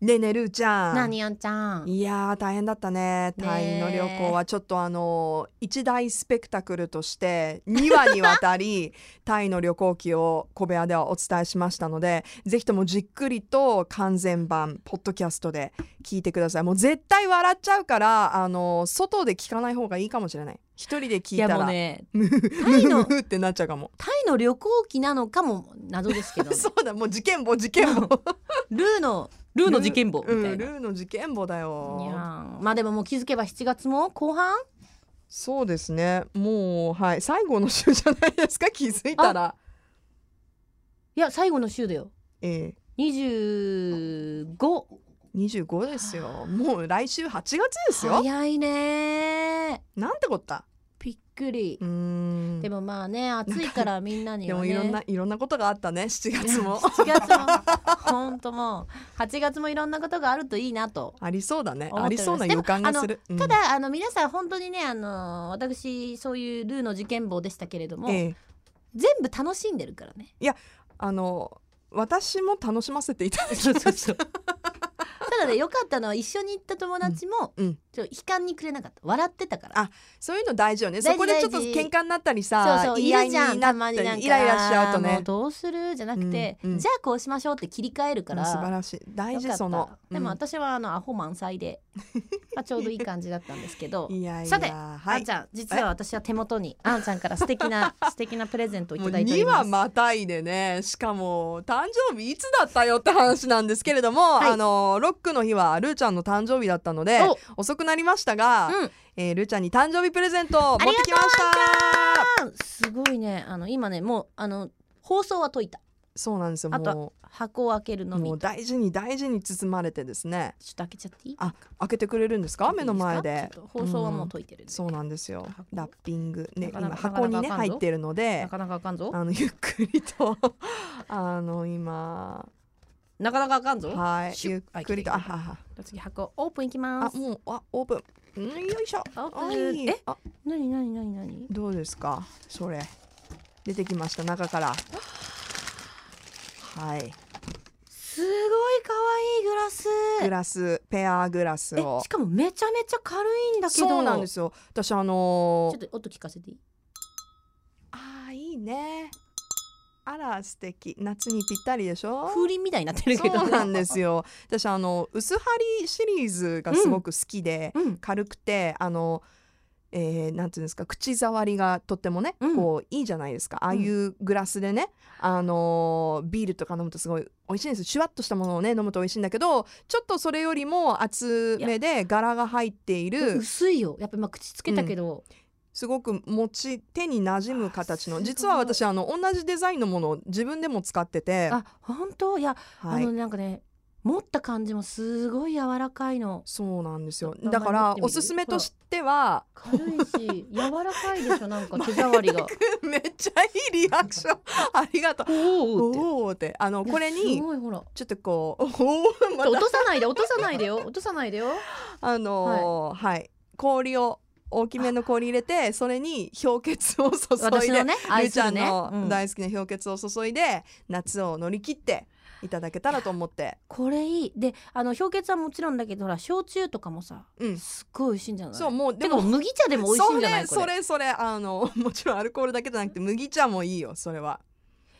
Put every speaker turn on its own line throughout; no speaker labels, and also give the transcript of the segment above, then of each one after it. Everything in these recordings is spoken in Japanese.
ねえねえるーちゃん。
なにやんちゃん。
いやー大変だったね
ねえ
タイの旅行はちょっとあの一大スペクタクルとして2話にわたりタイの旅行記を小部屋ではお伝えしましたのでぜひともじっくりと完全版ポッドキャストで聞いてくださいもう絶対笑っちゃうからあの外で聞かない方がいいかもしれない一人で聞いた
もう
ら
ね、
ムフ
タイの
ムフってなっちゃうかも
タイの旅行記なのかも謎ですけ ど、
そうだもう事件簿事件簿
ルーのルーの事件簿みた
う
い
ん
な。
ル
い
ーの事件簿だよ
やーまあでももう気づけば7月も後半
そうですね。もうはい最後の週じゃないですか。気づいたら。
いや最後の週だよ
ええ
25
二十五ですよ。もう来週8月ですよ。
早いね
なんてこった。
びっくり
うーん。
で
も
もまあね暑いからみんなに
で
は
も
ね
いろんないろんなことがあったね。7月も
7月も本当もう8月もいろんなことがあるといいなと
ありそうだね。
思っております
ありそうな予感がする。うん
た、だあの皆さん本当にねあの私そういうルーの事件簿でしたけれども、
ええ
全部楽しんでるからね
あの私も楽しませていただき
そう
ま
そう
し
そ
た
う。た だね良かったのは一緒に行った友達も、
うんうん
ちょっと悲観にくれなかった笑ってたから
あそういうの大事よね。そ
大事
こでちょっと
大事
喧嘩になったりさ、
そうそう
言
い
い合い
る
に
じゃん
な
たま
っ
にな
た
ん
り
か
イライラしちゃうと
もう
ね。
どうするじゃなくて、
うんうん
じゃあこうしましょうって切り替えるか
素
ら
晴らしい大
よか
事
った
その。
でも
うん
私はあのアホ満載で、まあ、ちょうどいい感じだったんですけど
いやいや
さて
は
あん
い
ち。ゃん実は私は手元にあんちゃんから素敵 な素敵なプレゼントをい
もう
ただいており
2
ま
話
す。
またいでねしかも誕生日いつだったよって話なんですけれども、
い
あのロックの日はルーちゃんの誕生日だったので
お
遅くなりましたが、
うん
えールーちゃんに誕生日プレゼントを
あり
持
がとう
ってきました
あすごいねあの今ねもうあの放送は解いた
そうなんですよ
あと
も
箱を開ける
う
のみち
も
ょっ
う大事に大事に包まれてですね
と開けちゃっていい
あ開けてくれるんですか目の前
いい
です
かちょっと放送はもう解いてるんで、
そうなんですよ
箱
ラッピングね
なかな
今
か
箱に
な
ね
かなかあかん
入
ぞ
ってるので
なかなかあかんぞ
あのゆっくりと あの今
なかなかあかんぞ
はい
シュ
ゆ
ッ
っくりと
あ
あ
来た来た
はは
じゃあ次箱オープンいきま
あ
す
もうあオープンんよいしょ
オープン
はい
え
あ
なになになになに
どうですかそれ出てきました中からはい
すごい可愛いグラス
グラスペアグラスを
えしかもめちゃめちゃ軽いんだけど
そうなんですよ私あの
ちょっ
ー、
と音聞かせていい
あーいいねあら素敵夏にぴったりでしょ
風鈴みたいになってる
そ
けど
うなんですよ私あの薄張りシリーズがすごく好きで、
うん
軽くてあの、えーなんていうんですか口触りがとってもね、
うん
こういいじゃないですかああいうグラスでね、あのービールとか飲むとすごい美味しいんですよシュワッとしたものをね飲むと美味しいんだけどちょっとそれよりも厚めで柄が入っている
薄いよやっぱ今口つけたけど、
すごく持ち手に馴染む形
あ
の
すごい
実は私あの同じデザインのものを自分でも使ってて、
あ本当いや、
は
あ
い
の、なんかね持った感じもすごい柔らかいの
そうなんですよ
名前
だから
持ってみる
おすすめとしては
軽い し柔らかいでしょなんか手触りが
めっちゃいいリアク ションありがとう
おーって
おおってあのこれ
す
に
ごいほら
ちょっとこう おーま
落
た
とさないで落とさないでよ落とさないでよ
あのーはい、氷を大きめの氷入れてそれに氷結を注い
私
で
のね
ゆう
愛
ち
す
ゃ
る
ん
ね、う
の
ん
大好きな氷結を注いで夏を乗り切っていただけたらと思って
これいいであの氷結はもちろんだけどほら焼酎とかもさ
うん
すっごい美味しいんじゃない
そうもうで
でも
も
麦茶でも美味しいんじゃないこ
そ
れ
れそれそれあの もちろんアルコールだけじゃなくて麦茶もいいよそれは、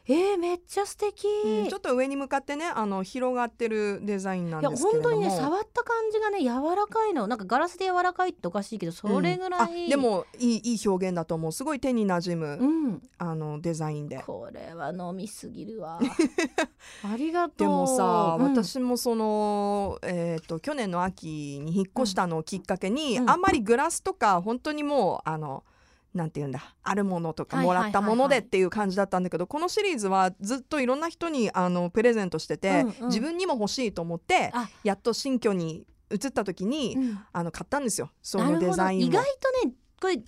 えー、めっちゃ素敵、
うんちょっと上に向かってねあの広がってるデザインなん
いや
ですけれ
本
ど
当
も
にね触った感じがね柔らかいのなんかガラスで柔らかいっておかしいけどそれぐらい、
うんあでもいいいい表現だと思うすごい手に馴染む、
うん
あのデザインで
これは飲みすぎるわありがとう
でもさ、
うん
私もその、えー、と去年の秋に引っ越したのをきっかけに、
うん
あんまりグラスとか本当にもうあのなんて言うんだあるものとか
はいは
も
い
ら
はいはい
ったものでっていう感じだったんだけど、このシリーズはずっといろんな人にあのプレゼントしてて、
うんうん
自分にも欲しいと思って
あ
やっと新居に移った時に、
うん
あの買ったんですよそ
な
の
る
デ
ほど
ザイ
意
ンを
外。とねこれ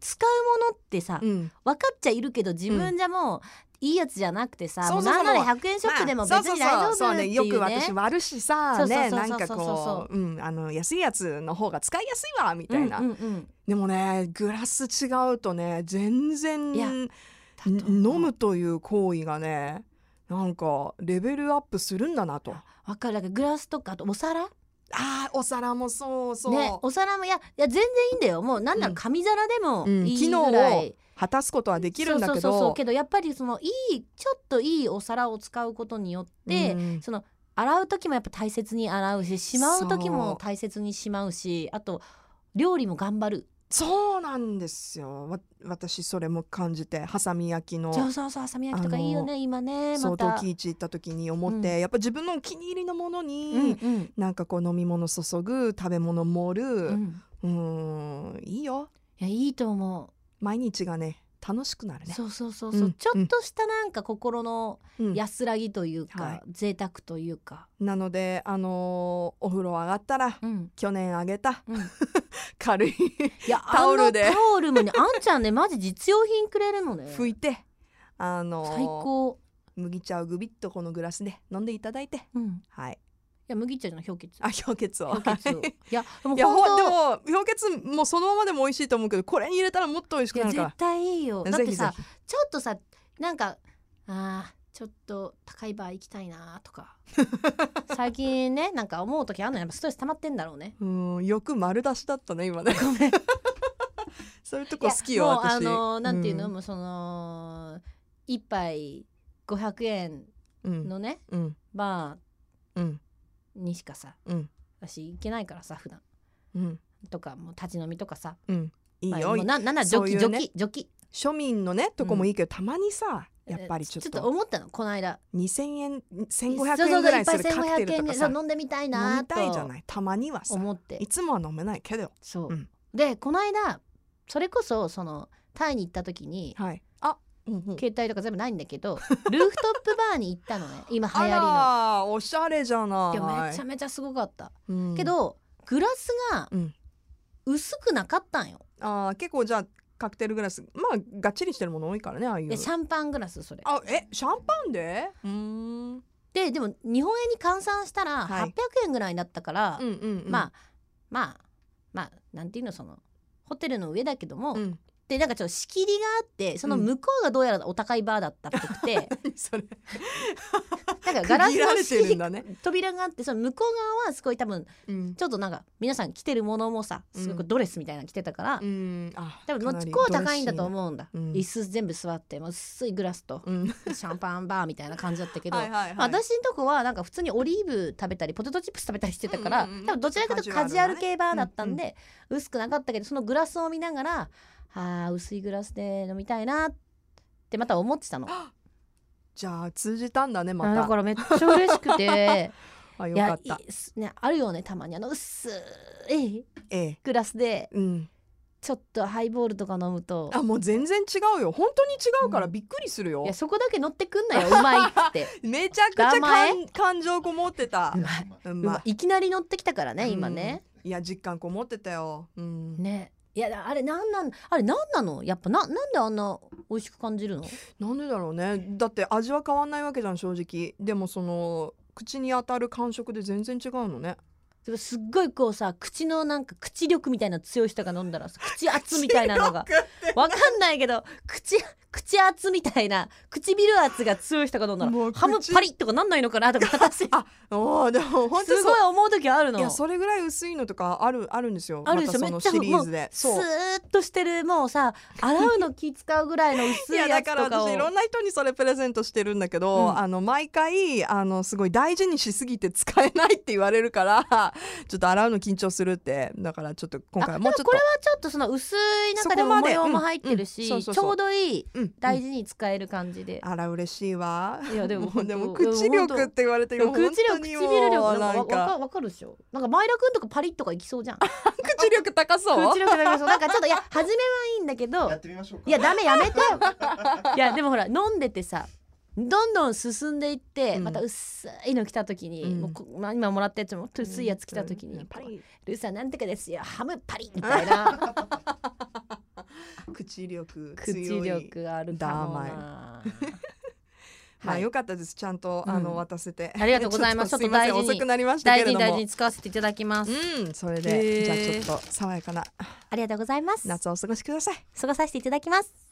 使うものってさ、
うん
分かっちゃいるけど自分じゃもういいやつじゃなくてさ、
そう
も
そううそう
なんなら100円ショップでも別に大
まあ
丈
そうそうそうそ
夫
う
って
ね
いう
よ
ね
く私割るしさ
そうそうそう
ね
そう
なんかこう、うん、あの安いやつの方が使いやすいわみたいな、
うんうん
でもねグラス違うとね全然
いや
ん
うん、だと思う
飲むという行為がねなんかレベルアップするんだなと。
わかるだからグラスとかあとお皿
あーお皿もそうそう、
ねお皿もいやいや全然いいんだよもうなんな
う
ら
ん
紙皿でも
うん
いいぐらい、
機果たすことはできるんだけど
そうそうそうそうけどやっぱりそのいいちょっといいお皿を使うことによって、
うん
その洗う時もやっぱ大切に洗うししまう時
そう
も大切にしまうしあと料理も頑張る
そうなんですよわ私それも感じてハサミ焼きの
そうそうそうさみ焼きとかいいよね今ね
相
ま
当
た。
キイチ行った時に思って、やっぱ自分のお気に入りのものに、
うんうん
なんかこう飲み物注ぐ食べ物盛
う
る
ん、
うんんいいよ
いやいいと思
毎日がね楽しくなる
う、
ね。
そうそうそうそう、
うん
ちょっとしたなんか心の
うん
安らぎというか、
はい
贅沢というか、
なのであのーお風呂上がったら、
うん
去年あげた
うん、い
軽い
や
タオルで
あのタオルもねあんちゃんねマジ実用品くれるのね
拭いてあのー
最高、
麦茶をグビッとこのグラスで飲んでいただいて
うん、
はい
いや麦茶じゃない氷結
あ氷結を
氷結 を
はい
いやでも
いやほんで
本
も氷結もそのままでも美味しいと思うけどこれに入れたらもっと美味しく
当い
な
や
るから
絶対いいよだっ
ぜひ
て
ぜ
さ
ひ
ちょっとさなんかあーちょっと高いバー行きたいな とか最近ねなんか思う時あるのやっぱストレス溜まってんだろうね
うんよく丸出しだったね今ねそういうとこ好きよ
いやもう
私
あのなんていうの、
うん
もうその一杯500円
うん
のね、
うん
バ
うん
ーにしかさ
うん
私行けないからさ普段
うん
とかもう立ち飲みとかさ
うんいい
まあ
よ
もうななんならジ
そ
ョ
う
キ
いう
ジョ
ね
キジョキ
庶民のねとこもいいけど、たまにさやっぱりちょっ
ちょっと
と
思ったのこの間
2000円
そう
1500
そ
円
う
ぐらいする
っ
カ
ぱ
クテ
1500
ルと
円
か
で
さ
そう飲んでみたい
飲
な
みたいじゃ
と
ないたまにはさ
思って
いつもは飲めないけど
そう、
うん
でこの間それこそそのタイに行った時に
はいあうんうん
携帯とか全部ないんだけど ルーフトップバーに行ったのね今流行
あ
り
らおしゃれじゃない
のいやめちゃめちゃすごかった、
うん
けどグラスが
うん
薄くなかったんよ、
あー結構じゃあカクテルグラスまあがっちりしてるもの多いからねああい
で
う
シャンパングラスそれ
あえシャンパンでうーんうん
ででも日本円に換算したら
はい
800円ぐらいになったから、
うんうん
まあまあまあなんていうのそのホテルの上だけども、
うん
でなんかちょっと仕切りがあってその向こうがどうやらお高いバーだったっぽく て、
何それ
なんかガラ
区切
ス
ら
の
れ
仕
てる
切
ん
り
だね
扉があってその向こう側はすごい多分
うん
ちょっとなんか皆さん着てるものもさすご
う
い
ん
ドレスみたいなの着てたから、
うんあ
多分
か
も
な
う
り
こう高いんだと思うんだ、
ドレッシングうん
椅子全部座ってもう薄いグラス と
うん
シャンパンバーみたいな感じだったけど。
はいはいはい
まあ私のとこはなんか普通にオリーブ食べたりポテトチップス食べたりしてたから、
うんうんうん
多分どちらかというとカ
カ
ジ
ジ
ュ
ュ
ア
ア
ル
ルなね
系バーだったんで、薄くなかったけどそのグラスを見ながらあー薄いグラスで飲みたいなってまた思って たの、
じゃあ通じたんだねま
あだか
た
らめっちゃ嬉しくて
あよ
いや
かった
いいすね、あるよねたまにあの薄い
ええ
グラスで
うん
ちょっとハイボールとか飲むと
あもう全然違うよ本当に違うから
うん
びっくりするよ
いや、そこだけ乗ってくんなようまいっつって
めちゃくちゃ感感情こもってた
うまい、
うん
うまい
ま
いきなり乗ってきたからね今ね、
いや実感こもってたようん
ねいやあれなんなんあれなんなのやっぱななんであんな美味しく感じるの
なんでだろうねだって味は変わんないわけじゃん正直でもその口に当たる感触で全然違うのね
でもすっごいこうさ口のなんか口力みたいな強い人が飲んだらさ口圧みたいなの が
口力
わかんないけど口口圧みたいな唇圧が強い人が飲んだ
も
ら
う口
ハムパリッとかなんないのかなとか私す
あおーでも本当にそ
ご
う
い思う時あるの
いやそれぐらい薄いのとかあるあるんですよ
あるでしょ
またそ
めっ
の
ちゃ
シリーズ
もう
で
スー
そう
ッとしてるも うさ洗うの気使うぐらいの薄
い
い
や
や
だ
つと
から
かを
私いろんな人にそれプレゼントしてるんだけど、
うん
あの毎回あのすごい大事にしすぎて使えないって言われるから ちょっと洗うの緊張するってだからちょっと今回はもうちょっ
あでもことれはちょっとその薄い中で
そこ
も
ま
模
で
様も入って
う
る
ん
し
うん
ち
そうそうそう
ょうどいい
うん
大事に使える感じで、
あら嬉しいわ
いやでも
もうでも
本当
口力って言われて
いや
もう
口力
本当にも
唇力
う
なん
なん
かわ
か
かわかるでしょなんか前田君とかパリッとかいきそ うじゃん口
口力高そう
力だけそうなんかちょっといや初めはいいんだけど
やってみましょうか。
いやダメやめてよ いやでもほら飲んでてさどんどん進んでいって、
うん
また薄いの来た時に、
うん
もうこまあ、今もらったやつも薄いやつ来た時に、
うんパリ
「ルーさんなんとかですよハムパリ」 みたいな
口力強い
口力があるか
ダー
もな。
ま
は
あ
い
良かったですちゃんとあ
う
の
ん
渡せて、
ありがとうございます
ちょっとすいません
ちょっと大事に
遅くなりましたけ
大
れど
事
も
に大事に使わせていただきます。
うんそれ
へー
でじゃあちょっと爽やかな
ありがとうございます。
夏をお過ごしください
過ごさせていただきます。